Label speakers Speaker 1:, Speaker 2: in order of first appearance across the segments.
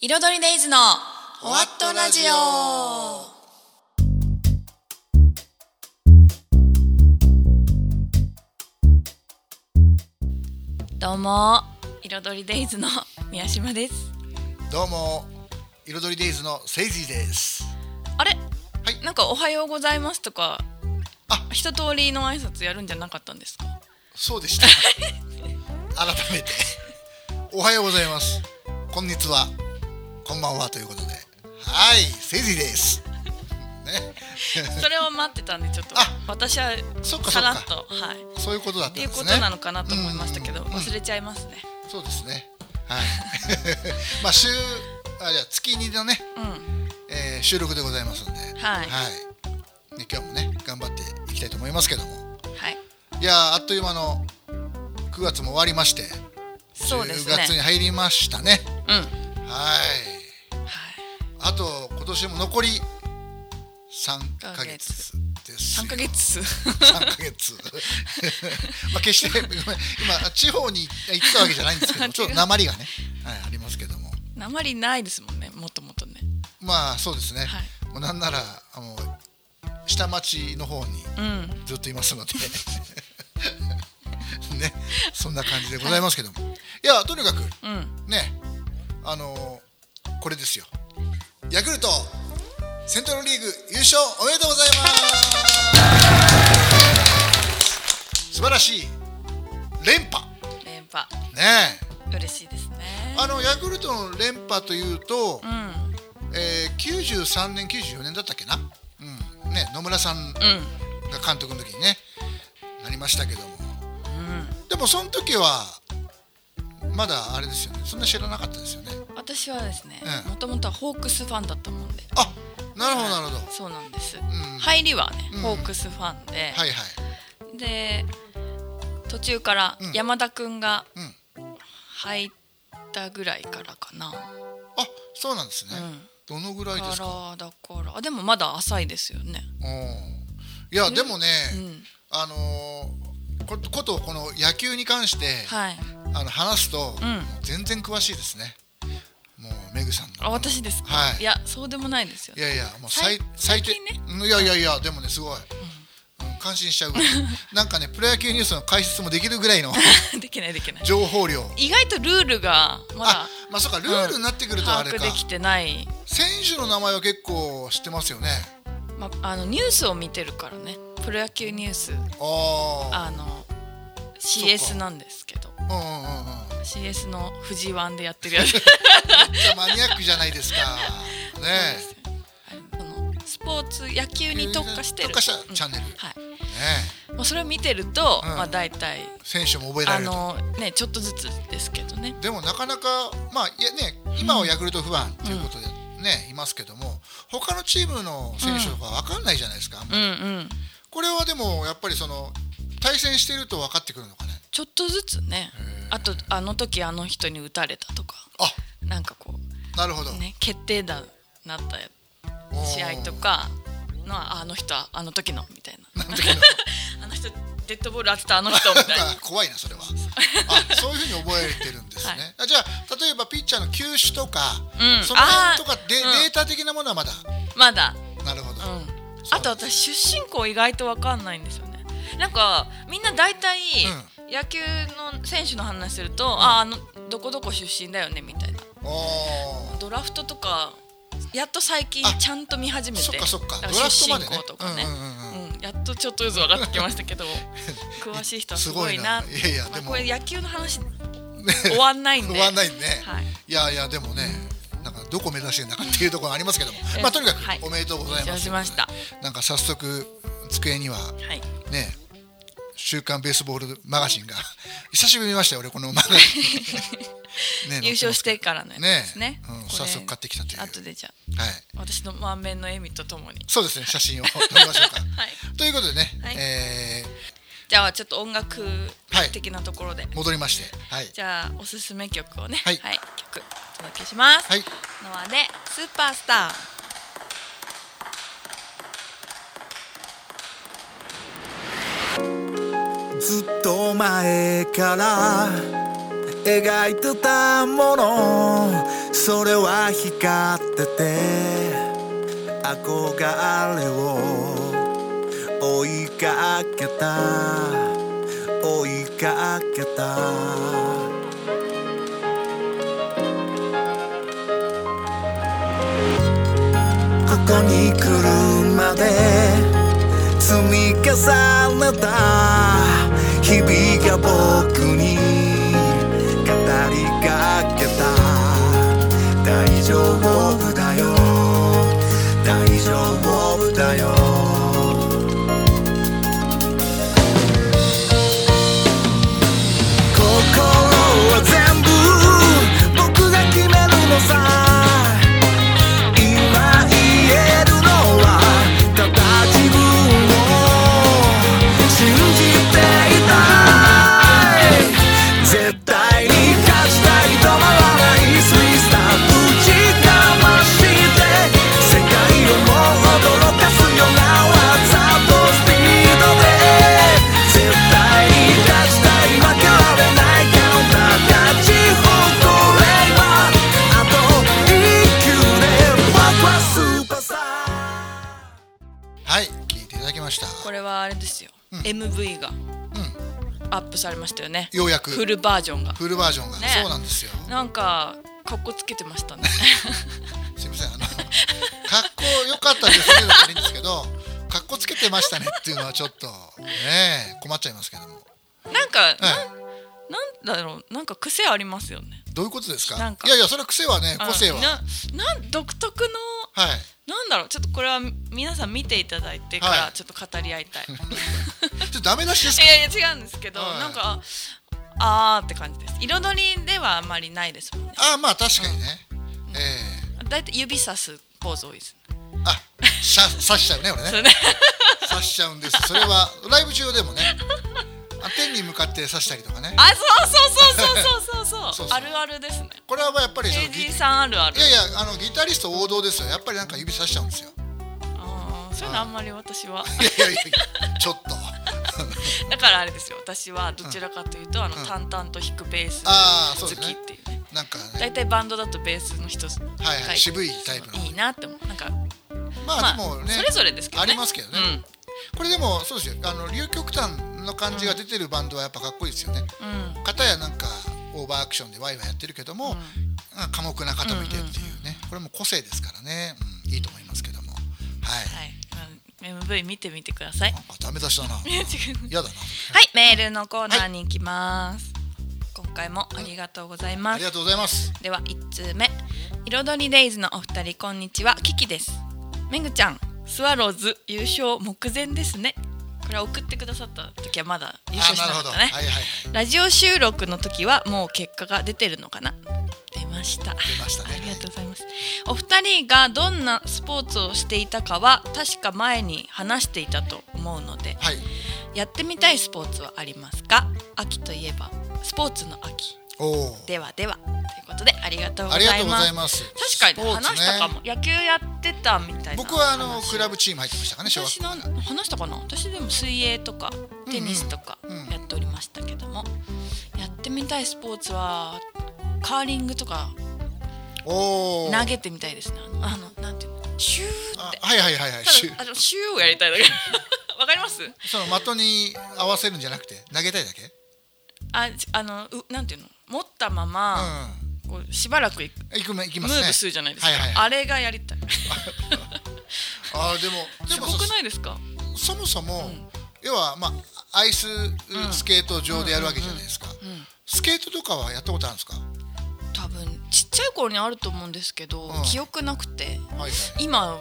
Speaker 1: 彩りデイズのホワットラジオどうも彩りデイズの宮島です
Speaker 2: どうも彩りデイズのセイジーです
Speaker 1: あれ、
Speaker 2: はい
Speaker 1: なんかおはようございますとか
Speaker 2: あ
Speaker 1: 一通りの挨拶やるんじゃなかったんです か
Speaker 2: そうでした改めておはようございますこんにちはこんばんはということではいセイジーです
Speaker 1: それを待ってたんでちょっと
Speaker 2: あ
Speaker 1: 私は
Speaker 2: そっかそ
Speaker 1: さ
Speaker 2: っ
Speaker 1: ら
Speaker 2: か
Speaker 1: っとはいっ
Speaker 2: そういうことだったん
Speaker 1: て
Speaker 2: で
Speaker 1: いう
Speaker 2: す
Speaker 1: こ
Speaker 2: ね
Speaker 1: となのかなと思いましたけど
Speaker 2: うんうんうん
Speaker 1: 忘れちゃいますね
Speaker 2: そうですねはい まあ週あいや月2のね、
Speaker 1: うん
Speaker 2: えー収録でございますんではいね今日もね頑張っていきたいと思いますけども
Speaker 1: はい
Speaker 2: いやーあっという間の9月も終わりまして
Speaker 1: そうです
Speaker 2: 10月に
Speaker 1: ね
Speaker 2: 入りましたね
Speaker 1: うんはい
Speaker 2: はいあと今年も残り三ヶ月ですよ。
Speaker 1: 三ヶ月
Speaker 2: 三ヶ月。まあ決してごめん今地方に行ったわけじゃない んですけど、ちょっと鉛がね、はい、ありますけども、
Speaker 1: なまりないですもんねもともとね
Speaker 2: まあそうですね。
Speaker 1: はい
Speaker 2: もうなんならあの下町の方に
Speaker 1: うん
Speaker 2: ずっといますの で。ね、そんな感じでございますけども、い、やとにかく
Speaker 1: うん
Speaker 2: ねあのこれですよヤクルトセントラルリーグ優勝おめでとうございます素晴らしい連覇
Speaker 1: 連覇
Speaker 2: ねえ
Speaker 1: 嬉しいですね
Speaker 2: あのヤクルトの連覇というと、
Speaker 1: うん
Speaker 2: えー93年94年だったっけな、うんね、野村さんが
Speaker 1: うん
Speaker 2: 監督の時にねなりましたけども
Speaker 1: うん
Speaker 2: でもその時はまだあれですよねそんな知らなかったですよね
Speaker 1: 私はですね
Speaker 2: うん
Speaker 1: もともとはホークスファンだったもんで
Speaker 2: あなるほどなるほど、
Speaker 1: そうなんです
Speaker 2: ん
Speaker 1: 入りはね
Speaker 2: うん
Speaker 1: ホークスファンで
Speaker 2: はいはい
Speaker 1: で途中から
Speaker 2: うん
Speaker 1: 山田くんが
Speaker 2: うん
Speaker 1: 入ったぐらいからかな、
Speaker 2: あそうなんですね、どのぐらいで
Speaker 1: か
Speaker 2: すか
Speaker 1: だ
Speaker 2: ら
Speaker 1: からあでもまだ浅いですよね、
Speaker 2: うんいやでもね、
Speaker 1: うん、
Speaker 2: あのーこことこの野球に関して、
Speaker 1: はい
Speaker 2: あの話すと、
Speaker 1: うん
Speaker 2: 全然詳しいですねもうメグさんの
Speaker 1: あ私ですか、
Speaker 2: はい
Speaker 1: いやそうでもないですよ
Speaker 2: いやいやもう最
Speaker 1: 最
Speaker 2: 最
Speaker 1: 近
Speaker 2: 低
Speaker 1: ね
Speaker 2: うんいやいやいやでもねすごい、うん感心しちゃうぐらい なんかねプロ野球ニュースの解説もできるぐらいの
Speaker 1: できないできない
Speaker 2: 情報量
Speaker 1: 意外とルールがまだ
Speaker 2: あまあそうかルールになってくるとあ
Speaker 1: 把
Speaker 2: れか、
Speaker 1: 握できてない、
Speaker 2: 選手の名前は結構知ってますよね
Speaker 1: ま、あのニュースを見てるからねプロ野球ニュース
Speaker 2: あ
Speaker 1: あの
Speaker 2: っか
Speaker 1: CS なんですけど
Speaker 2: あうんうんうんうん
Speaker 1: CS のフジワンでやってるやつ
Speaker 2: めっちゃマニアックじゃな いですか。ねえ。
Speaker 1: そのスポーツ野球に特化してる
Speaker 2: 特化したチャンネル
Speaker 1: うんはい
Speaker 2: ね
Speaker 1: まあ、それを見てると、
Speaker 2: うん
Speaker 1: まあ大体
Speaker 2: え選手も覚えら
Speaker 1: あ
Speaker 2: れると。
Speaker 1: のねちょっとずつですけどね
Speaker 2: でもなかなかまあいやね今はヤクルトファンということでね、いますけども他のチームの選手とかわかんないじゃないですか、あんま
Speaker 1: うんうん
Speaker 2: これはでもやっぱりその対戦していると分かってくるのかね
Speaker 1: ちょっとずつねあとあの時あの人に打たれたとか
Speaker 2: あ
Speaker 1: なんかこ
Speaker 2: なるほど、
Speaker 1: うね決定打になった
Speaker 2: おー
Speaker 1: 試合とかのああの人はあの時のみたいな
Speaker 2: なんだけど
Speaker 1: あの人デッドボール当てたあの人みたい
Speaker 2: なんか怖いなそ れはあそういうふうに覚えてるんですね、
Speaker 1: はい
Speaker 2: あじゃあ例えばピッチャーの球種とか、
Speaker 1: うん
Speaker 2: その辺とかで、
Speaker 1: あーうん
Speaker 2: データ的なものはまだ
Speaker 1: なまだ
Speaker 2: なるほど、
Speaker 1: うん
Speaker 2: そう
Speaker 1: あと私出身校意外とわかんないんですよねなんかみんな大体野球の選手の話すると、ああのどこどこ出身だよねみたいな
Speaker 2: おー
Speaker 1: ドラフトとかやっと最近
Speaker 2: あ
Speaker 1: ちゃんと見始めて
Speaker 2: そっかそっか
Speaker 1: だら
Speaker 2: ドラフト
Speaker 1: 出
Speaker 2: ま
Speaker 1: 身
Speaker 2: でね
Speaker 1: 校とかね
Speaker 2: うんうん
Speaker 1: うんやっとちょっとずつ分かってきました けど詳しい人はすごいな
Speaker 2: すごいないやいや
Speaker 1: まあ
Speaker 2: でも
Speaker 1: これ野球の話
Speaker 2: ね
Speaker 1: 終わんないんで
Speaker 2: 終わんないね、
Speaker 1: はい
Speaker 2: い、やいやでもねなんかどこ目指してんだかっていうところありますけども、
Speaker 1: え
Speaker 2: まあとにかく
Speaker 1: はい
Speaker 2: おめでとうござい
Speaker 1: 以上
Speaker 2: ます、
Speaker 1: しました
Speaker 2: なんか早速机には
Speaker 1: はい
Speaker 2: ね週刊ベースボールマガジンが 久しぶりに見ましたよ俺この マガジンね
Speaker 1: 優勝してからのやつですね
Speaker 2: ねうん
Speaker 1: これ
Speaker 2: 早速買ってきたという
Speaker 1: 後でじゃあ
Speaker 2: はい
Speaker 1: 私の満面の笑みとともに
Speaker 2: そうですね写真を撮りましょうか、
Speaker 1: はい
Speaker 2: ということでね、
Speaker 1: はい
Speaker 2: え
Speaker 1: じゃあちょっと音楽的なところで、
Speaker 2: ー戻りましてはい
Speaker 1: じゃあおすすめ曲をねは、
Speaker 2: はいい
Speaker 1: 曲お届けします、
Speaker 2: はい
Speaker 1: ノアでスーパースター
Speaker 3: ずっと前から描いてたもの
Speaker 4: それは光ってて憧れを追いかけた追いかけたここに来るまで積み重ねた日々が僕に語りかけた大丈夫だよ大丈夫だよ心は全部僕が決めるのさ今言えるのはただ自分を信じていたい絶対に勝ちたい止まらないスイスター打ちかまして世界をも驚かすような技とスピードで絶対に勝ちたい負けられないカウンター勝ち誇ればあと一球で僕はスーパーサー
Speaker 2: はい聞いていただきました
Speaker 1: これはあれですよ、MV がアップされましたよね
Speaker 2: ようやく
Speaker 1: フルバージョンが
Speaker 2: フルバージョンが、
Speaker 1: ね
Speaker 2: そうなんですよ
Speaker 1: なんかかっこつけてました ね
Speaker 2: すいませんあの かっこよかったですねだったらいいんですけどかっこつけてましたねっていうのはちょっとね困っちゃいますけども
Speaker 1: なんか、
Speaker 2: はい
Speaker 1: なんなんだろうなんか癖ありますよね
Speaker 2: どういうことですか
Speaker 1: なんか
Speaker 2: いやいやそれは癖はね
Speaker 1: あ
Speaker 2: 個性は
Speaker 1: ななん独特の
Speaker 2: はい
Speaker 1: なんだろうちょっとこれは皆さん見ていただいてか
Speaker 2: は
Speaker 1: ら
Speaker 2: い
Speaker 1: ちょっと語り合い たい、
Speaker 2: ちょっとダメ出しです
Speaker 1: いやいや違うんですけど、
Speaker 2: はい
Speaker 1: なんかああーって感じです彩りではあまりないですもんね
Speaker 2: ああまあ確かにね、え
Speaker 1: だいたい指さすポーズ多いです
Speaker 2: えあしゃ刺しちゃうね俺ね
Speaker 1: そうね
Speaker 2: 刺しちゃうんですそれはライブ中でもねあ天に向かって刺したりとかね
Speaker 1: あそうそうそうそうそう
Speaker 2: そ
Speaker 1: そうう
Speaker 2: そう
Speaker 1: あるあるですね
Speaker 2: これはやっぱりそのギ
Speaker 1: AD さんあるある
Speaker 2: いやいやあのギタリスト王道ですよやっぱりなんか指さしちゃうんですよ
Speaker 1: あーそういうのあんまり私はい
Speaker 2: やいやいやちょっと
Speaker 1: だからあれですよ私はどちらかというと、あの淡々と弾くベース
Speaker 2: あーそ
Speaker 1: 好
Speaker 2: う
Speaker 1: き
Speaker 2: で
Speaker 1: っ
Speaker 2: すね
Speaker 1: ていうね
Speaker 2: なんかね
Speaker 1: 大体バンドだとベースの人が、
Speaker 2: はいはい渋いタイプの
Speaker 1: いいなって思うなんか
Speaker 2: まあでもね、
Speaker 1: それぞれですけどね
Speaker 2: ありますけどね、これでもそうですよあの流極端の感じが出てるバンドはやっぱかっこいいですよね、
Speaker 1: うんうん
Speaker 2: 片やなんかオーバーアクションでワイワイやってるけども、なんか寡黙な方もいてっていうね、これも個性ですからね、うん、いいと思いますけどもはい、
Speaker 1: はい、うん MV 見てみてくだ さい
Speaker 2: なんかダメ出しだな
Speaker 1: 違う
Speaker 2: 嫌だな
Speaker 1: はいメールのコーナーに行きます、今回もありがとうございま
Speaker 2: あ
Speaker 1: す
Speaker 2: りがとうございます
Speaker 1: では1通目彩りデイズのお二人こんにちはキキですめぐちゃんスワローズ優勝目前ですねこれは送ってくださった時はまだ優勝し
Speaker 2: あ
Speaker 1: な
Speaker 2: なる
Speaker 1: か
Speaker 2: ほ
Speaker 1: った
Speaker 2: ど、はい
Speaker 1: ね
Speaker 2: はいはい
Speaker 1: ラジオ収録の時はもう結果が出てるのかな出ました
Speaker 2: 出ましたね
Speaker 1: ありがとうございますお二人がどんなスポーツをしていたかは確か前に話していたと思うので
Speaker 2: はい
Speaker 1: やってみたいスポーツはありますか秋といえばスポーツの秋
Speaker 2: おお
Speaker 1: ではではということでありがとうござ
Speaker 2: あり
Speaker 1: い
Speaker 2: がとうご
Speaker 1: ま
Speaker 2: ざい
Speaker 1: す
Speaker 2: ます
Speaker 1: 確か
Speaker 2: スポ
Speaker 1: に
Speaker 2: ーツ
Speaker 1: 話
Speaker 2: ね
Speaker 1: したかも、野球やってたみたいな
Speaker 2: 僕はあの
Speaker 1: 話
Speaker 2: クラブチーム入ってましたかね小学
Speaker 1: 私
Speaker 2: 校
Speaker 1: の話したかな私でも水泳とかテニスとか
Speaker 2: うんうん
Speaker 1: やっておりましたけども、やってみたいスポーツはカーリングとか
Speaker 2: おお
Speaker 1: 投げてみたいですねあのあのなんていうのシューって
Speaker 2: はいはいはいはいシュ
Speaker 1: ただあのシューをやりたいだけ わかります
Speaker 2: その的に合わせるんじゃなくて投げたいだけ
Speaker 1: あちあのうなんていうの持ったまま、
Speaker 2: う
Speaker 1: こうしばらくい
Speaker 2: ん行くま行き
Speaker 1: ム
Speaker 2: ますね
Speaker 1: ーブするじゃないですか、
Speaker 2: はいはい
Speaker 1: あれがやりたい
Speaker 2: あーでもですも
Speaker 1: ご
Speaker 2: そ
Speaker 1: くないですか
Speaker 2: そもそも、要はまあアイススケート場でやるわけじゃないですか、スケートとかはやったことあるんですか
Speaker 1: 多分ちっちゃい頃にあると思うんですけど、
Speaker 2: うん
Speaker 1: 記憶なくて、
Speaker 2: いはい
Speaker 1: 今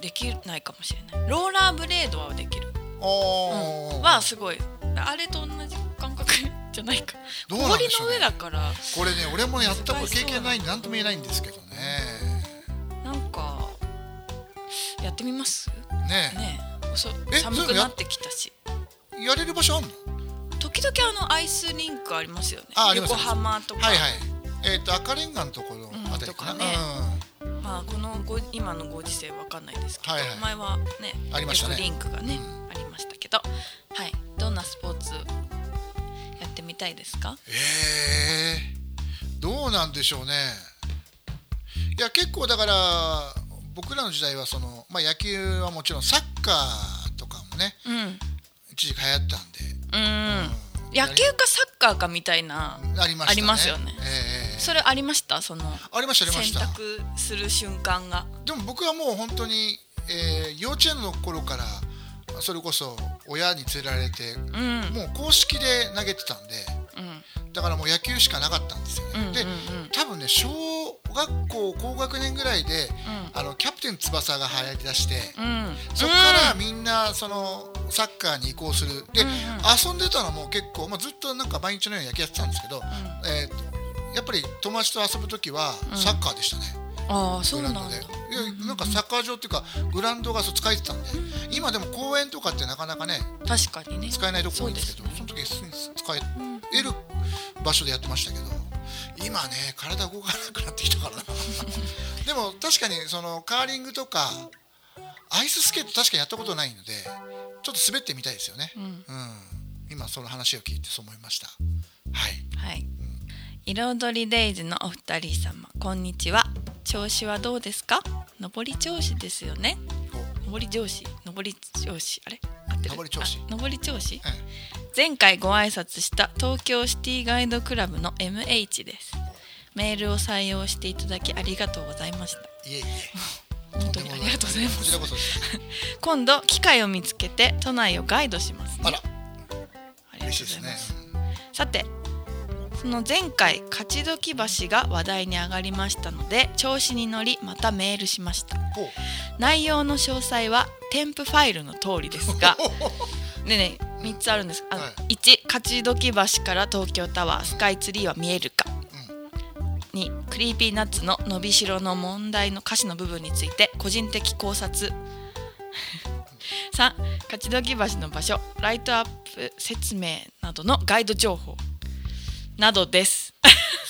Speaker 1: できないかもしれないローラーブレードはできる、
Speaker 2: おー
Speaker 1: はすごいあれと同じ感覚じゃないか
Speaker 2: どうなんで
Speaker 1: 氷
Speaker 2: しょう
Speaker 1: の
Speaker 2: ね
Speaker 1: 上だから
Speaker 2: これね俺もやったこと経験ないんで何とも言えないんですけどね
Speaker 1: なんかやってみます
Speaker 2: ね
Speaker 1: ねえそ
Speaker 2: え
Speaker 1: 寒
Speaker 2: そういう
Speaker 1: く
Speaker 2: のや
Speaker 1: なってきたし
Speaker 2: やれる場所あんの
Speaker 1: 時々あのアイスリンクありますよね
Speaker 2: ああります
Speaker 1: 横浜とか、
Speaker 2: はいはいえっ、と赤レンガのところあたりかな、
Speaker 1: う
Speaker 2: うんん
Speaker 1: とかねまあこのご今のご時世わかんないですけど、
Speaker 2: はいはい
Speaker 1: 前はね
Speaker 2: ありましたね
Speaker 1: よくリンクがね、ありましたけどはいどんなスポーツやってみたいですか
Speaker 2: えー、どうなんでしょうねいや結構だから僕らの時代はその、まあ、野球はもちろんサッカーとかもね
Speaker 1: うん
Speaker 2: 一時期流行ったんで
Speaker 1: うん野球かサッカーかみたいな
Speaker 2: ありましたね
Speaker 1: ありますよね
Speaker 2: ええええ
Speaker 1: それありましたその
Speaker 2: ありましたありま
Speaker 1: 選
Speaker 2: した
Speaker 1: 択する瞬間が
Speaker 2: でも僕はもう本当に、えー幼稚園の頃からそれこそ親に連れられて、
Speaker 1: うんうん
Speaker 2: もう公式で投げてたんでだからもう野球しかなかったんですよね、
Speaker 1: うんうんうん
Speaker 2: で多分ね小学校高学年ぐらいで、あのキャプテン翼が流行りだして、
Speaker 1: うん
Speaker 2: そこからみんなそのサッカーに移行するで、
Speaker 1: うんうん
Speaker 2: 遊んでたのも結構、まあ、ずっとなんか毎日のように野球やってたんですけど、えーとやっぱり友達と遊ぶ時はサッカーでしたね、
Speaker 1: ああそう
Speaker 2: グ
Speaker 1: な
Speaker 2: ラウ
Speaker 1: ん
Speaker 2: ン
Speaker 1: だ
Speaker 2: ドでいやなんかサッカー場っていうかグラウンドがそう使えてたんで今でも公園とかってなかなかね
Speaker 1: 確かにね
Speaker 2: 使えないとこ多いんですけど
Speaker 1: そう
Speaker 2: その時普通に使え
Speaker 1: ん
Speaker 2: る場所でやってましたけど今ね体動かなくなってきた からなでも確かにそのカーリングとかアイススケート確かにやったことないのでちょっと滑ってみたいですよね、うん今その話を聞いてそう思いましたはい
Speaker 1: はい。彩りデイズのお二人様、こんにちは。調子はどうですか？上り調子ですよね。上り調子、上り調子、あれ？合ってる
Speaker 2: 上り調子
Speaker 1: あ上り調子
Speaker 2: え。
Speaker 1: 前回ご挨拶した東京シティガイドクラブの MH です。メールを採用していただきありがとうございました。
Speaker 2: いえいえ
Speaker 1: 本当にありがとうございま
Speaker 2: こちら
Speaker 1: す
Speaker 2: こ。そです
Speaker 1: 今度機会を見つけて都内をガイドします、
Speaker 2: あら
Speaker 1: ありがとうございま
Speaker 2: 嬉しいですね
Speaker 1: さてその前回勝どき橋が話題に上がりましたので調子に乗りまたメールしました
Speaker 2: ほう
Speaker 1: 内容の詳細は添付ファイルの通りです がでね3つあるんですあの、
Speaker 2: はい
Speaker 1: 1勝どき橋から東京タワースカイツリーは見えるか、2クリーピーナッツの「伸びしろ」の問題の歌詞の部分について個人的考察 3勝どき橋の場所ライトアップ説明などのガイド情報などです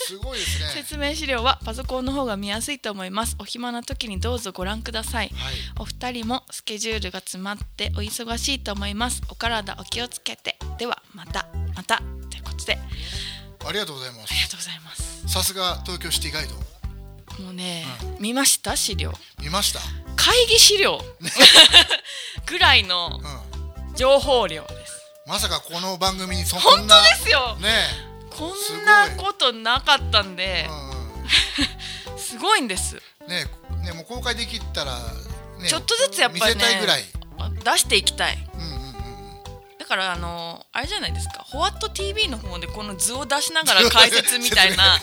Speaker 2: すごいですね
Speaker 1: 説明資料はパソコンの方が見やすいと思いますお暇な時にどうぞご覧ください、
Speaker 2: はい
Speaker 1: お二人もスケジュールが詰まってお忙しいと思いますお体お気をつけてではまたまたということであ
Speaker 2: ありがとうございます
Speaker 1: りがとうございます
Speaker 2: さすが東京シティガイド
Speaker 1: もうね、見ました資料
Speaker 2: 見ました
Speaker 1: 会議資料 ぐらいの
Speaker 2: うん
Speaker 1: 情報量です
Speaker 2: まさかこの番組にそん
Speaker 1: 本当
Speaker 2: な
Speaker 1: ですよ
Speaker 2: ね
Speaker 1: こん
Speaker 2: す
Speaker 1: な
Speaker 2: ごい
Speaker 1: ことなかったんで
Speaker 2: え、うん
Speaker 1: すごいんです
Speaker 2: うん、ねえねえもう公開できたら、ね、
Speaker 1: ちょっとずつやっぱりね
Speaker 2: 見せたいぐらい、
Speaker 1: 出していきたい
Speaker 2: うんうんうん、
Speaker 1: だからあのあれじゃないですか「ホワット t v の方でこの図を出しながら解説みたい な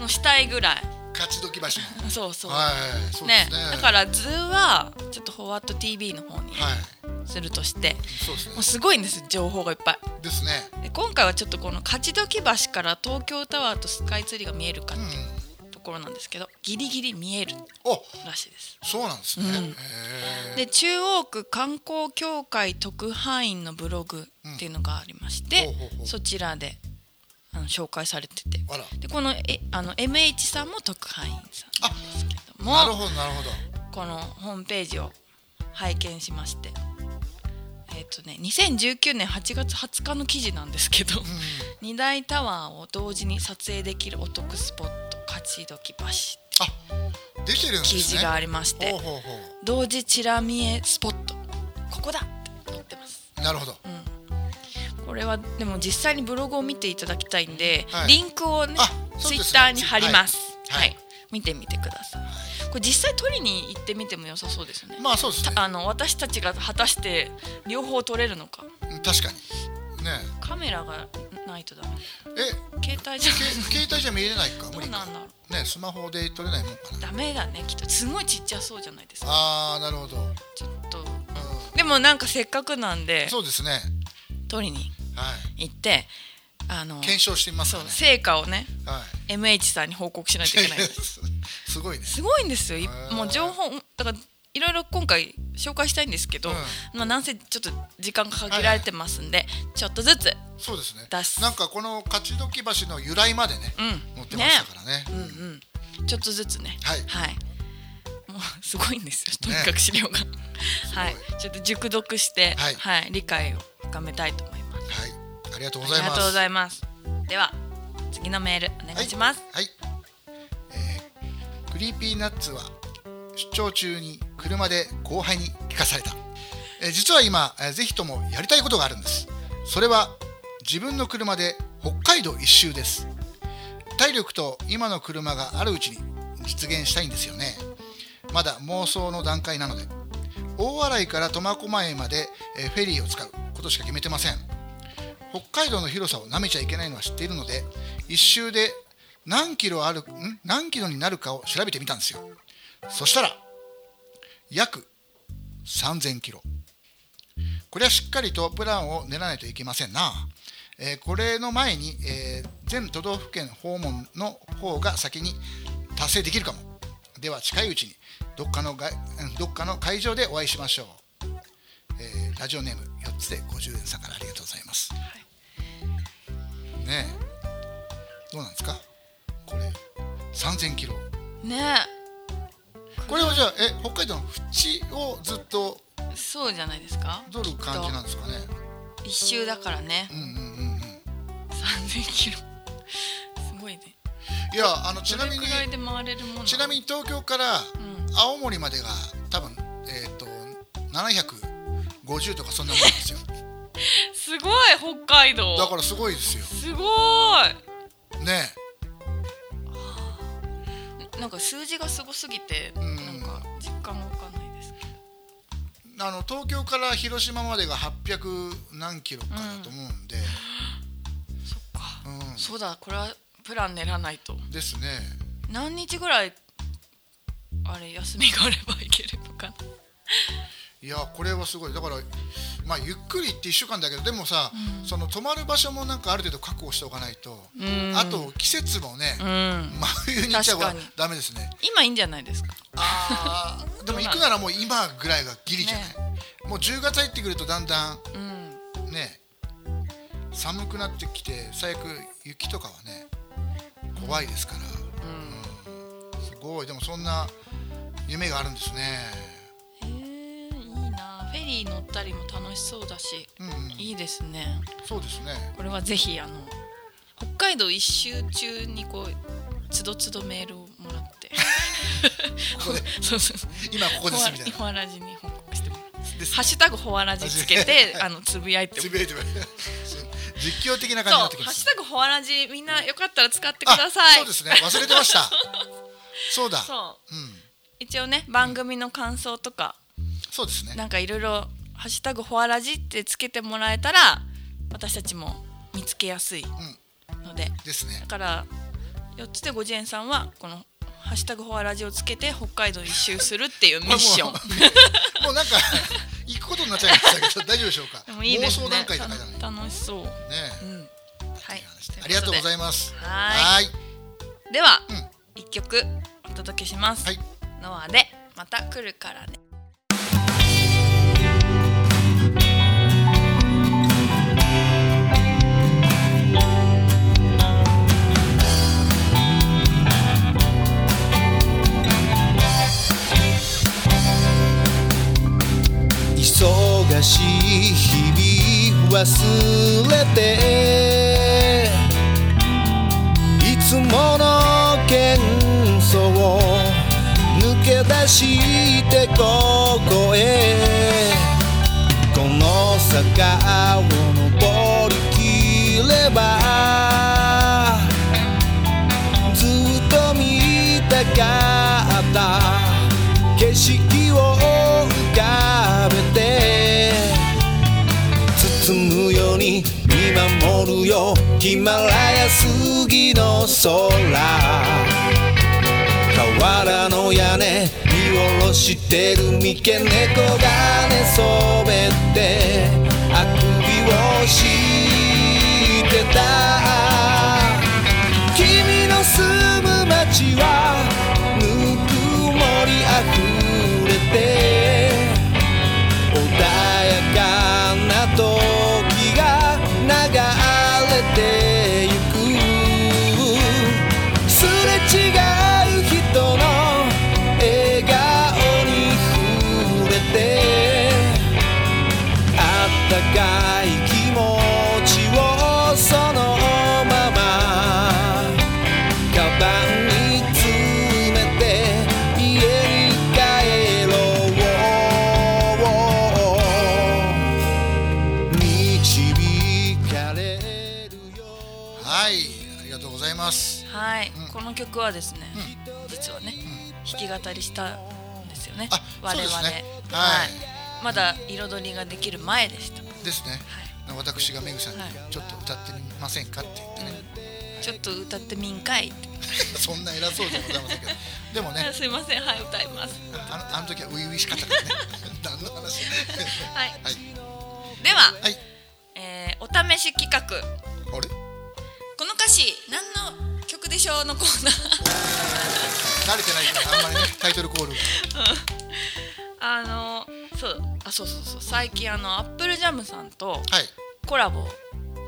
Speaker 1: のしたいぐらい
Speaker 2: 勝ちどき橋も
Speaker 1: そうそう、
Speaker 2: はいそうで
Speaker 1: ね
Speaker 2: すね
Speaker 1: だから図はちょっと「ホワット t v の方に
Speaker 2: はい
Speaker 1: するとして、
Speaker 2: そうですね
Speaker 1: もうすごいんです情報がいっぱい
Speaker 2: ですね
Speaker 1: で今回はちょっとこの勝どき橋から東京タワーとスカイツリーが見えるかっ
Speaker 2: う
Speaker 1: て
Speaker 2: ん
Speaker 1: いうところなんですけどギリギリ見える
Speaker 2: お
Speaker 1: らしいです
Speaker 2: そうなんですね、
Speaker 1: うん
Speaker 2: へえ
Speaker 1: で中央区観光協会特派員のブログっていうのがありまして、
Speaker 2: うんほうほうほう
Speaker 1: そちらであの紹介されてて
Speaker 2: あら
Speaker 1: でこのえあの MH さんも特派員さんなんですけど
Speaker 2: なる
Speaker 1: も
Speaker 2: ほどなるほど
Speaker 1: このホームページを拝見しましてえっ、とね2019年8月20日の記事なんですけど、二大タワーを同時に撮影できるお得スポット勝どき橋って
Speaker 2: あ出てるんです
Speaker 1: 記
Speaker 2: ね
Speaker 1: 事がありまして、
Speaker 2: ほうほうほ
Speaker 1: 同時チラ見えスポットここだって載ってます
Speaker 2: うなるほど、
Speaker 1: これはでも実際にブログを見ていただきたいんで、
Speaker 2: はい
Speaker 1: リンクをね
Speaker 2: あそう
Speaker 1: ツイ
Speaker 2: ですね
Speaker 1: ッターに貼りますはい、
Speaker 2: はいはい
Speaker 1: 見てみてくださいこれ実際取りに行ってみても良さそうですよね、
Speaker 2: まあそうですね
Speaker 1: たあの私たちが果たして両方取れるのか
Speaker 2: うん確かにね
Speaker 1: カメラがないとダメ
Speaker 2: え
Speaker 1: 携帯 じゃ
Speaker 2: け携帯じゃ見れないか無
Speaker 1: どう
Speaker 2: 理
Speaker 1: な
Speaker 2: か
Speaker 1: んだろう
Speaker 2: ねスマホで撮れないもんかな
Speaker 1: ダメだねきっとすごいちっちゃそうじゃないですか
Speaker 2: あーなるほど、うん
Speaker 1: ちょっとでもなんかせっかくなんで
Speaker 2: そうですね
Speaker 1: 取りに
Speaker 2: はい
Speaker 1: 行ってあの
Speaker 2: 検証してみます
Speaker 1: そ
Speaker 2: か
Speaker 1: う
Speaker 2: ね
Speaker 1: 成果をね
Speaker 2: はい
Speaker 1: MH さんに報告しないといけ ないです
Speaker 2: すごいね
Speaker 1: すごいんですよい
Speaker 2: ー
Speaker 1: もう情報だからいろいろ今回紹介したいんですけど、
Speaker 2: うん
Speaker 1: まあなんせちょっと時間が限られてますんで、ちょっとずつ
Speaker 2: そうですね
Speaker 1: 出す
Speaker 2: なんかこの勝どき橋の由来までね、
Speaker 1: うん
Speaker 2: 持ってましたからね
Speaker 1: うんうんちょっとずつね
Speaker 2: はい
Speaker 1: もうすごいんですよとにかく資料が、はいちょっと熟読して、
Speaker 2: はい
Speaker 1: 理解を深めたいと思います
Speaker 2: はいありがとうご
Speaker 1: あ
Speaker 2: ざい
Speaker 1: り
Speaker 2: ます
Speaker 1: がとうございますでは次のメールお願いします、
Speaker 2: はい、はいえクリーピーナッツは出張中に車で後輩に聞かされたえー実は今えーぜひともやりたいことがあるんですそれは自分の車で北海道一周です体力と今の車があるうちに実現したいんですよねまだ妄想の段階なので大洗から苫小牧までえーフェリーを使うことしか決めてません北海道の広さをなめちゃいけないのは知っているので一周で何キロあるん何キロになるかを調べてみたんですよそしたら約3000キロこれはしっかりとプランを練らないといけませんな、えーこれの前に、えー全都道府県訪問の方が先に達成できるかもでは近いうちにどっかのがうんどっかの会場でお会いしましょう、えーラジオネーム4つで50円さんからありがとうございます、ねえどうなんですかこれ3000キロ
Speaker 1: ね
Speaker 2: これはじゃあえ北海道の縁をずっと
Speaker 1: えそうじゃないですか
Speaker 2: 取る感じなんですかね
Speaker 1: 一周だからね
Speaker 2: うんうんうんうん
Speaker 1: 3000キロすごいね
Speaker 2: いやあのちなみ
Speaker 1: ど
Speaker 2: に
Speaker 1: れくらいで回れるもの
Speaker 2: ちなみに東京から
Speaker 1: う
Speaker 2: 青森までが多分えっ、と750とかそんなもんで すよ
Speaker 1: すごい北海道
Speaker 2: だからすごいですよ
Speaker 1: すご
Speaker 2: ね
Speaker 1: いなんか数字がすごすぎて、
Speaker 2: ん
Speaker 1: なんか実感がわかんないですけど
Speaker 2: あの東京から広島までが800何キロかだと思うんで、
Speaker 1: そっか、
Speaker 2: うん
Speaker 1: そうだこれはプラン練らないと
Speaker 2: ですね
Speaker 1: 何日ぐらいあれ休みがあれば行けるのかない
Speaker 2: やこれはすごいだからまあゆっくりって1週間だけどでもさ、その泊まる場所もなんかある程度確保しておかないと、
Speaker 1: ん
Speaker 2: あと季節もね、
Speaker 1: うん
Speaker 2: 真冬に行っちゃうから
Speaker 1: 確かに
Speaker 2: ダメです ね
Speaker 1: 今いいんじゃないですか
Speaker 2: あーでも行くならもう今ぐらいがギリじゃない、もう10月入ってくるとだんだん
Speaker 1: うん
Speaker 2: ね寒くなってきて最悪雪とかはね怖いですから、うんすごいでもそんな夢があるんですね
Speaker 1: へえいいなフェリー乗ったりも楽しそうだし、
Speaker 2: うん、うん、
Speaker 1: いいですね
Speaker 2: そうですね
Speaker 1: これはぜひあの北海道一周中にこうつどつどメールをもらって
Speaker 2: ここで
Speaker 1: そうそうそう
Speaker 2: 今ここですみたい
Speaker 1: ホ
Speaker 2: な
Speaker 1: ワラジに報告してもらう
Speaker 2: です
Speaker 1: ハッシュタグホワラジつけ てあのつぶやいても
Speaker 2: つ
Speaker 1: らう
Speaker 2: ぶやいても らえ実況的な感じ
Speaker 1: そう
Speaker 2: になってき
Speaker 1: ハ
Speaker 2: ま
Speaker 1: ッシ
Speaker 2: す
Speaker 1: ュタグホワラジみんなよかったら使ってく
Speaker 2: あ
Speaker 1: ださい
Speaker 2: そうですね忘れてました そうだ
Speaker 1: そう
Speaker 2: うん
Speaker 1: 一応ね番組の感想とか、
Speaker 2: そうですね
Speaker 1: なんかいろいろ「ハッシュタグホアラジ」ってつけてもらえたら私たちも見つけやすいので、
Speaker 2: ですね
Speaker 1: だから4つでごじえんさんはこの「ハッシュタグホアラジ」をつけて北海道一周するっていうミッション
Speaker 2: も うもうなんか行くことになっちゃいましたけど 大丈夫でしょうか
Speaker 1: でもいいです
Speaker 2: 妄
Speaker 1: ね
Speaker 2: 想段階とかじゃないね
Speaker 1: た楽しそう、うん、は
Speaker 2: え
Speaker 1: い
Speaker 2: ありがとうござい
Speaker 1: ま
Speaker 2: ます
Speaker 1: は
Speaker 2: ーい
Speaker 1: すでは、
Speaker 2: うん
Speaker 1: 一曲お届けします、
Speaker 2: はい
Speaker 1: ノアで「また来るからね」
Speaker 4: 忙しい日々忘れていつもの喧騒を抜け出してここへこの坂を登りきればずっと見たかった景色を浮かべて包むように見守るよヒマラヤ杉の空瓦の屋根見下ろしてる三毛猫が寝そべってあくびをしてた君の住む街はぬくもりあふれて穏やかな時が流れてゆくすれ違う人の笑顔に触れてあったかい気持
Speaker 1: 曲はですね、実はね、弾き語りしたんですよね
Speaker 2: あ
Speaker 1: 我々
Speaker 2: そうですね
Speaker 1: は
Speaker 2: はい
Speaker 1: い、まだ彩りができる前でした、
Speaker 2: ですね
Speaker 1: は
Speaker 2: 私がめぐさんに
Speaker 1: はい
Speaker 2: ちょっと歌ってみませんかって 言ってね、
Speaker 1: い、ちょっと歌ってみんかいって
Speaker 2: そんな偉そうではございませんけどでもね
Speaker 1: あ すいませんはい歌います
Speaker 2: あのあの時は初々しかったからね何の話
Speaker 1: はい
Speaker 2: はい
Speaker 1: では、
Speaker 2: はい
Speaker 1: えーお試し企画
Speaker 2: あれ
Speaker 1: この歌詞何の曲でしょうのコーナー
Speaker 2: 慣れてないからあんまりねタイトルコールが
Speaker 1: あのそうあそうそうそう最近あのアップルジャムさんと
Speaker 2: はい
Speaker 1: コラボ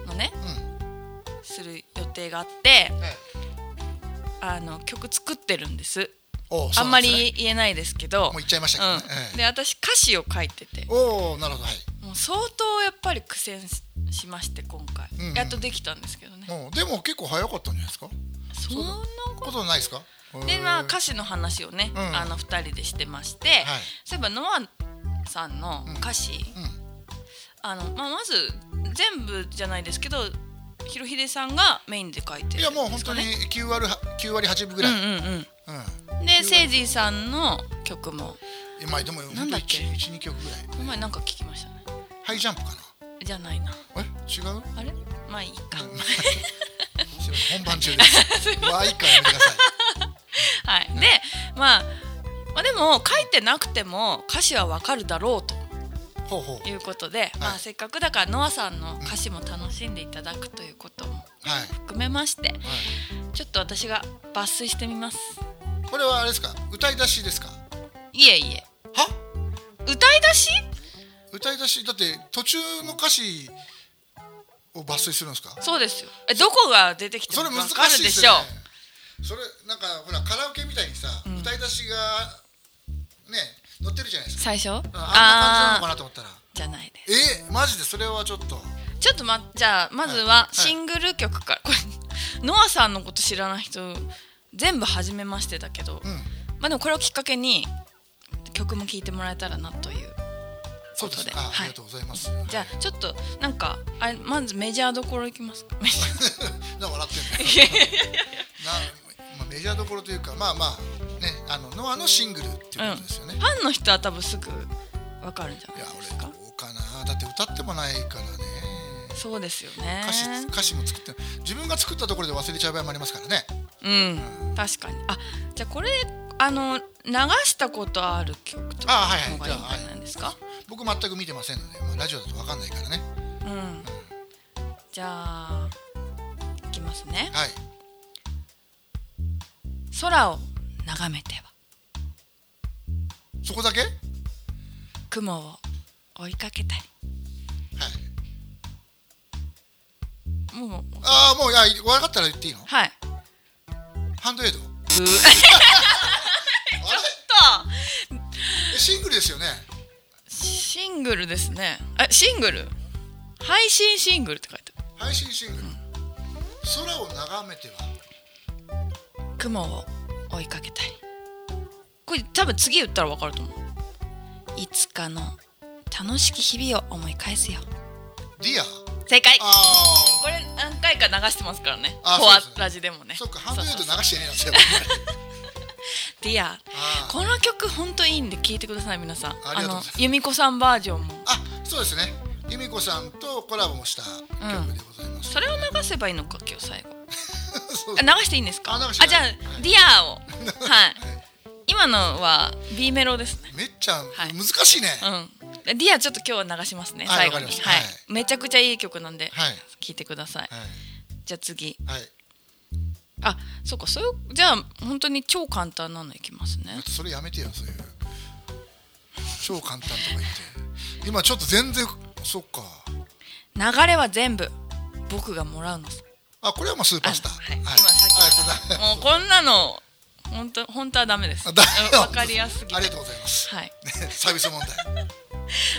Speaker 1: のね
Speaker 2: うん
Speaker 1: する予定があって
Speaker 2: はい
Speaker 1: あの曲作ってるんです
Speaker 2: おう
Speaker 1: あ
Speaker 2: そうんな
Speaker 1: ま
Speaker 2: ですね
Speaker 1: り言えないですけど
Speaker 2: もう言っちゃいましたけどね
Speaker 1: うん
Speaker 2: ええ
Speaker 1: で私歌詞を書いてて
Speaker 2: おおなるほどはい
Speaker 1: もう相当やっぱり苦戦ししまして今回、
Speaker 2: うんうん
Speaker 1: やっとできたんですけどね、
Speaker 2: もうでも結構早かったんじゃないですか
Speaker 1: そんなこ
Speaker 2: ことないですか
Speaker 1: とでまあ歌
Speaker 2: 詞
Speaker 1: 詞の話をね、
Speaker 2: うん
Speaker 1: あの2人でしてまして、
Speaker 2: はい
Speaker 1: そういえばノアさんの歌詞、
Speaker 2: うん
Speaker 1: あのまあ、まず全部じゃないですけどひろひでさんがメインで書いてるんですか、ね、
Speaker 2: いやもう本当に9割は9割8分ぐらい、うん
Speaker 1: うんうんうんでせいじいさんの曲も
Speaker 2: えまあでも
Speaker 1: なんだっけ
Speaker 2: 12曲ぐらい
Speaker 1: この前なんか聞きましたね
Speaker 2: ハイジャンプかな
Speaker 1: じゃないな
Speaker 2: え違う
Speaker 1: あれまあいいか
Speaker 2: すいません本番中ですまあいいからやめてください
Speaker 1: はいでまあまあでも書いてなくても歌詞はわかるだろうと
Speaker 2: ほうほう
Speaker 1: いうことで、まあせっかくだからノアさんの歌詞も楽しんでいただくということも
Speaker 2: はい、
Speaker 1: 含めまして
Speaker 2: は
Speaker 1: ちょっと私が抜粋してみます
Speaker 2: い、これはあれですか歌い出しですか
Speaker 1: いえいえ
Speaker 2: は
Speaker 1: 歌い出し
Speaker 2: 歌い出しだって途中の歌詞を抜粋するんですか
Speaker 1: そうですよえどこが出てきて
Speaker 2: そ
Speaker 1: も
Speaker 2: れ
Speaker 1: わ
Speaker 2: 難
Speaker 1: か
Speaker 2: し
Speaker 1: るで
Speaker 2: いです
Speaker 1: し
Speaker 2: よ
Speaker 1: ょう
Speaker 2: ねそれなんかほらカラオケみたいにさ、歌い出しがね載ってるじゃないですか
Speaker 1: 最初あ
Speaker 2: あんな感じなのか
Speaker 1: あ
Speaker 2: なと思ったら
Speaker 1: ーじゃないです
Speaker 2: えマジでそれはちょっと
Speaker 1: ちょっとまじゃあまず
Speaker 2: はいは
Speaker 1: はいシングル曲から、これノアさんのこと知らない人全部初めましてだけど、
Speaker 2: うん
Speaker 1: まあでもこれをきっかけに曲も聴いてもらえたらなという
Speaker 2: そう
Speaker 1: ことで
Speaker 2: ああ
Speaker 1: はい
Speaker 2: りがとうございます、
Speaker 1: じゃあちょっとなんかあれまずメジャーどころいきますかメ ジャ
Speaker 2: な笑ってんの
Speaker 1: ー
Speaker 2: な、まあ、メジャーどころというかまあまあねあのノアのシングルっていうことですよね、
Speaker 1: ファンの人は多分すぐわかるんじゃない
Speaker 2: いや
Speaker 1: で
Speaker 2: 俺
Speaker 1: す
Speaker 2: ど
Speaker 1: か
Speaker 2: うかなだって歌ってもないからね
Speaker 1: そうですよね
Speaker 2: 歌詞歌詞も作って自分が作ったところで忘れちゃう場合もありますからね
Speaker 1: うん確かにあじゃあこれあの流したことある曲と
Speaker 2: あ
Speaker 1: か
Speaker 2: はいはい
Speaker 1: の方がいいんじゃないですか
Speaker 2: 僕全く見てませんので、まあ、ラジオだと分かんないからね
Speaker 1: うんじゃあいきますね
Speaker 2: はい
Speaker 1: 空を眺めては
Speaker 2: そこだけはい
Speaker 1: 雲を追いかけたりもうもう
Speaker 2: ああもういや分かったら言っていいの
Speaker 1: はいう
Speaker 2: ハンドエイド
Speaker 1: ーちょっと
Speaker 2: えシングルですよね
Speaker 1: シングルですねえシングル配信シングルって書いてある
Speaker 2: 配信シングル空を眺めては
Speaker 1: 雲を追いかけたりこれ多分次言ったら分かると思ういつかの楽しき日々を思い返すよ
Speaker 2: ディア
Speaker 1: 正解こ
Speaker 2: あ
Speaker 1: れ何回か流してますからね
Speaker 2: あ
Speaker 1: フォア
Speaker 2: そうですね
Speaker 1: ラジでもね
Speaker 2: あそっかハンドエイド
Speaker 1: そ
Speaker 2: 流
Speaker 1: うそう
Speaker 2: してねえなんですよ
Speaker 1: ディア
Speaker 2: あー
Speaker 1: この曲ほんといいんで聴いてください皆さん
Speaker 2: ありがとうございます
Speaker 1: の由美子さんバージョンも
Speaker 2: あそうですね由美子さんとコラボもした曲でございます、
Speaker 1: それを流せばいいのか今日最後
Speaker 2: そう
Speaker 1: あ流していいんですか
Speaker 2: あ流して
Speaker 1: じゃあ
Speaker 2: はい
Speaker 1: 「ディア をはい今のは B メロですね
Speaker 2: めっちゃ
Speaker 1: い
Speaker 2: 難しいね、
Speaker 1: うんディアちょっと今日は流しますね
Speaker 2: はい
Speaker 1: 最後
Speaker 2: わ
Speaker 1: に
Speaker 2: かりました
Speaker 1: はい
Speaker 2: はい
Speaker 1: めちゃくちゃいい曲なんで
Speaker 2: はい
Speaker 1: 聞いてください
Speaker 2: は
Speaker 1: じゃあ次
Speaker 2: い、はい、
Speaker 1: あそうかそういうじゃあ本当に超簡単なのいきますね
Speaker 2: それやめてよそういう超簡単とか言って今ちょっと全然そっか
Speaker 1: 流れは全部僕がもらうのさ
Speaker 2: あこれはもうスーパースター
Speaker 1: あはい今さっき
Speaker 2: はいこれだ
Speaker 1: もうこんなの本当本当はダメです
Speaker 2: あだ
Speaker 1: うんわかりやすぎて
Speaker 2: ありがとうございます、
Speaker 1: はい
Speaker 2: ね、サービス問題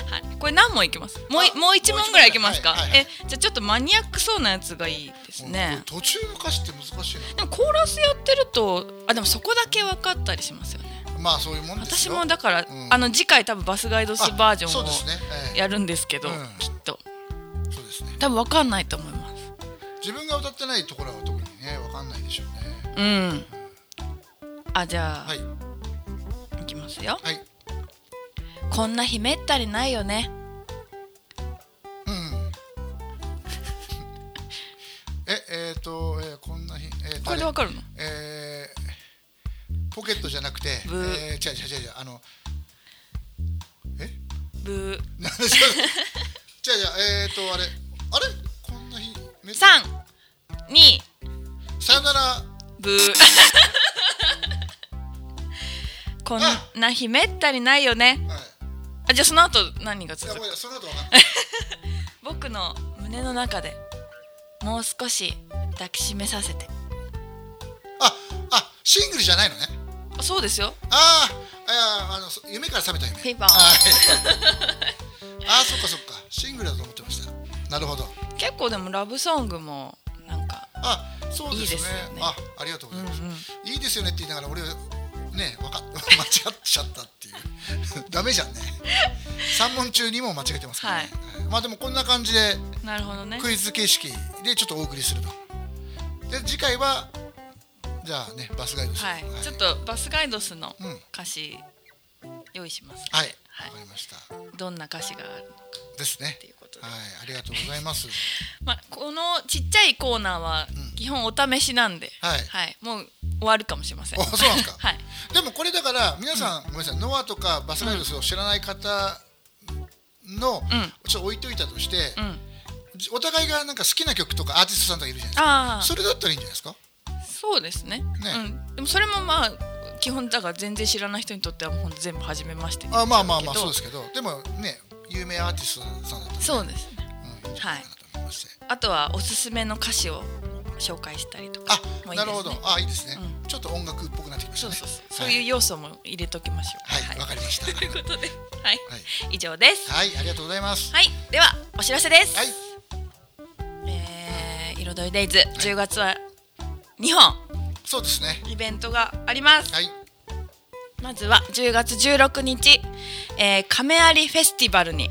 Speaker 1: はい、これ何問いきますもうい
Speaker 2: あ
Speaker 1: もう一問ぐらいいきますか、
Speaker 2: もう一問ぐらいはい
Speaker 1: えじゃあちょっとマニアックそうなやつがいいですね
Speaker 2: 途中の歌詞って難しい
Speaker 1: でもコーラスやってるとあでもそこだけ分かったりしますよね
Speaker 2: なまあそういうもんです
Speaker 1: 私
Speaker 2: よ
Speaker 1: もだから、
Speaker 2: うん
Speaker 1: あの次回多分バスガイドスバージョ
Speaker 2: あそ
Speaker 1: ン
Speaker 2: うですねえ
Speaker 1: を
Speaker 2: え
Speaker 1: やるんですけど、
Speaker 2: うん
Speaker 1: きっと
Speaker 2: そうですね
Speaker 1: 多分分かんないと思います
Speaker 2: 自分が歌ってないところは特にねわかんないでしょうね
Speaker 1: うんあじゃあ、、
Speaker 2: はいい
Speaker 1: きますよ
Speaker 2: はい
Speaker 1: こんな日めったりないよね
Speaker 2: うんええー、と、えーこんな日、えー
Speaker 1: これでわかるの
Speaker 2: えーポケットじゃなくて、え
Speaker 1: ブー
Speaker 2: ー、違う違う違う違うあのえ
Speaker 1: ブ
Speaker 2: なんでしょうじゃあじゃあえっ、ー、とあれあれこんな日 めっ
Speaker 1: ー
Speaker 2: ちゃ
Speaker 1: 三二
Speaker 2: さよなら
Speaker 1: ブー こんな日めったりないよね
Speaker 2: はい
Speaker 1: あじゃあその後何が
Speaker 2: いや
Speaker 1: 続
Speaker 2: も
Speaker 1: く
Speaker 2: ういいやその後わかんない
Speaker 1: 僕の胸の中でもう少し抱きしめさせて
Speaker 2: ああシングルじゃないのね
Speaker 1: あそうですよ
Speaker 2: あーあいやあのそ夢から覚めた夢
Speaker 1: ピンポン
Speaker 2: はいあーそっかそっかシングルだと思ってましたなるほど
Speaker 1: 結構でもラブソングもなんか
Speaker 2: あそう
Speaker 1: い
Speaker 2: ですね
Speaker 1: いですよね
Speaker 2: あありがとうございます、
Speaker 1: うんうん
Speaker 2: いいですよねって言いながら俺ねわか間違っ ちゃったっていう ダメじゃんね3問中2問間違えてますからね、まあでもこんな感じで
Speaker 1: なるほどね
Speaker 2: クイズ形式でちょっとお送りするとで次回はじゃあねバスガイドする
Speaker 1: はい、ちょっとバスガイドスの
Speaker 2: うん
Speaker 1: 歌詞用意します、
Speaker 2: はい、
Speaker 1: はい
Speaker 2: わかりました
Speaker 1: どんな歌詞があるのか
Speaker 2: ですね
Speaker 1: っていうことで
Speaker 2: はいありがとうございます
Speaker 1: まあ、このちっちゃいコーナーは基本お試しなんで、
Speaker 2: はい
Speaker 1: もう終わるかもしれません
Speaker 2: おそうなんですか
Speaker 1: はい
Speaker 2: でもこれだから皆さん、ごめんなさいノアとかバスガイドスを知らない方の、ちょっと置いといたとして、
Speaker 1: うん
Speaker 2: じお互いがなんか好きな曲とかアーティストさんとかいるじゃないですか
Speaker 1: あ
Speaker 2: それだったらいいんじゃないですか
Speaker 1: あそうですねうん、でもそれもまあ基本だから全然知らない人にとってはもう全部初めましてにな
Speaker 2: あ
Speaker 1: っちゃ
Speaker 2: まあまあまあ
Speaker 1: けど
Speaker 2: そうですけどでもね有名アーティストさんだったら、ね、
Speaker 1: そうですね
Speaker 2: うんいいんじゃないかなと思いまして、
Speaker 1: あとはおすすめの歌詞を紹介したりとか
Speaker 2: あ
Speaker 1: もいいですね
Speaker 2: なるほどあいいですね、
Speaker 1: う
Speaker 2: ちょっと音楽っぽくなってきまし
Speaker 1: そ
Speaker 2: た
Speaker 1: う
Speaker 2: ね
Speaker 1: そうそう、そういう要素も入れときましょう
Speaker 2: はいわ、かりました
Speaker 1: ということで、はい、
Speaker 2: はい
Speaker 1: 以上です。
Speaker 2: はいありがとうございます
Speaker 1: はい、ではお知らせです。
Speaker 2: はい
Speaker 1: えー、彩りデイズ、10月は2本
Speaker 2: そうですね
Speaker 1: イベントがあります。
Speaker 2: はい
Speaker 1: まずは10月16日、えー、亀有フェスティバルに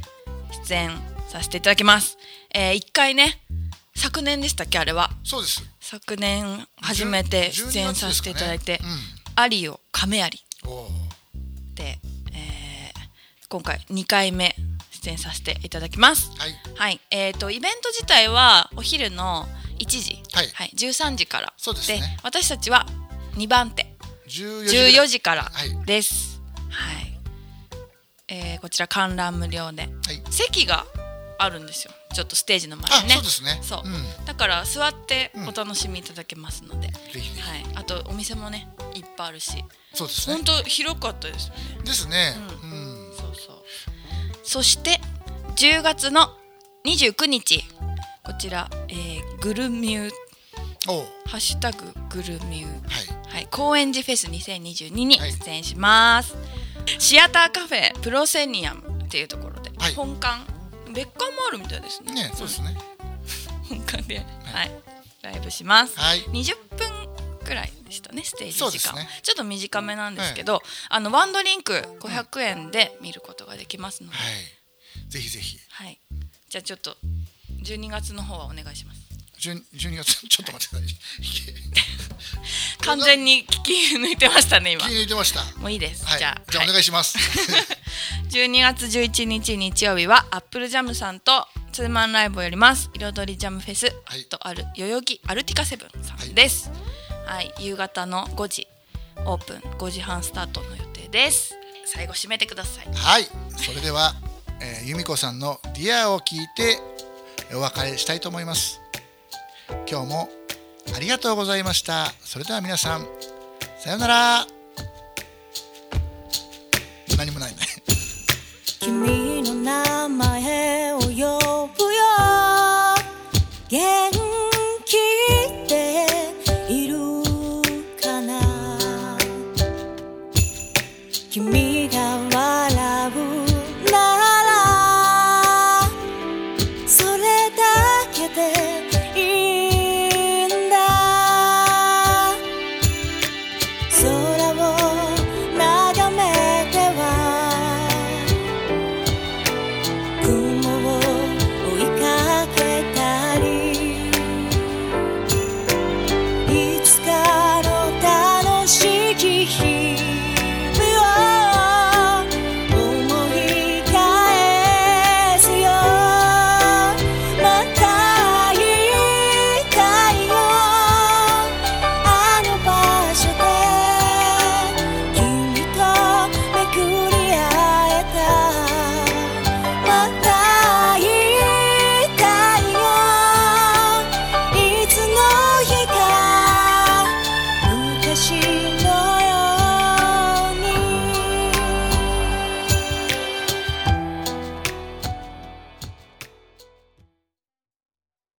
Speaker 1: 出演させていただきます。えー、1回ね、昨年でしたっけあれは。
Speaker 2: そうです
Speaker 1: 昨年初めて
Speaker 2: 10
Speaker 1: 出演させていただいて
Speaker 2: 12月、
Speaker 1: アリオ亀有。
Speaker 2: うんおー
Speaker 1: で、えー今回2回目出演させていただきます。
Speaker 2: はい
Speaker 1: はい、えっ、とイベント自体はお昼の1時、
Speaker 2: はい
Speaker 1: 13時から
Speaker 2: そうですね
Speaker 1: 私たちは2番手
Speaker 2: 14時ぐらい
Speaker 1: 14時から
Speaker 2: はいは
Speaker 1: です。はい、えーこちら観覧無料で
Speaker 2: い
Speaker 1: 席があるんですよ。ちょっとステージの前
Speaker 2: あ、
Speaker 1: にね。
Speaker 2: そうですね
Speaker 1: そう
Speaker 2: うん
Speaker 1: だから座ってお楽しみいただけますので、
Speaker 2: ぜひぜひ
Speaker 1: はい、あとお店もねいっぱいあるし
Speaker 2: そうですね
Speaker 1: 本当広かったですよね
Speaker 2: ですね
Speaker 1: う
Speaker 2: うん
Speaker 1: そうそうそして10月の29日こちら、えーグルミュー
Speaker 2: おー
Speaker 1: ハッシュタググルミュー
Speaker 2: はい
Speaker 1: はい、高円寺フェス2022に
Speaker 2: はい
Speaker 1: 出演します、シアターカフェプロセニアムっていうところで、
Speaker 2: はい
Speaker 1: 本館別館もあるみたいですね
Speaker 2: ねそうですね
Speaker 1: 本館で、はい、ライブします、
Speaker 2: はい
Speaker 1: 20分くらいでしたねステージ時
Speaker 2: そうで
Speaker 1: 間
Speaker 2: す
Speaker 1: は、
Speaker 2: ね
Speaker 1: ちょっと短めなんですけど、あのワンドリンク500円で見ることができますので、
Speaker 2: はいぜひぜひ
Speaker 1: はい。じゃあちょっと12月の方はお願いします。
Speaker 2: 12 12月 ちょっと待ってください
Speaker 1: 完全に聞き抜いてましたね今
Speaker 2: 気。に入ってました
Speaker 1: もういいです。
Speaker 2: は
Speaker 1: じ
Speaker 2: いじ
Speaker 1: ゃ
Speaker 2: ゃ
Speaker 1: あ
Speaker 2: あお願いします
Speaker 1: 12月11日日曜日はアップルジャムさんとツーマンライブをやります。彩りジャムフェス、
Speaker 2: はい
Speaker 1: とある代々木アルティカセブンさんです。はい、夕方の5時オープン5時半スタートの予定です。最後締めてください。
Speaker 2: はい、それでは、えー、由美子さんの「ディアを聞いてお別れしたいと思います今日もありがとうございましたそれでは皆さんさようなら何もないね
Speaker 5: 君の名前を呼ぶよ元気でいるかな君が笑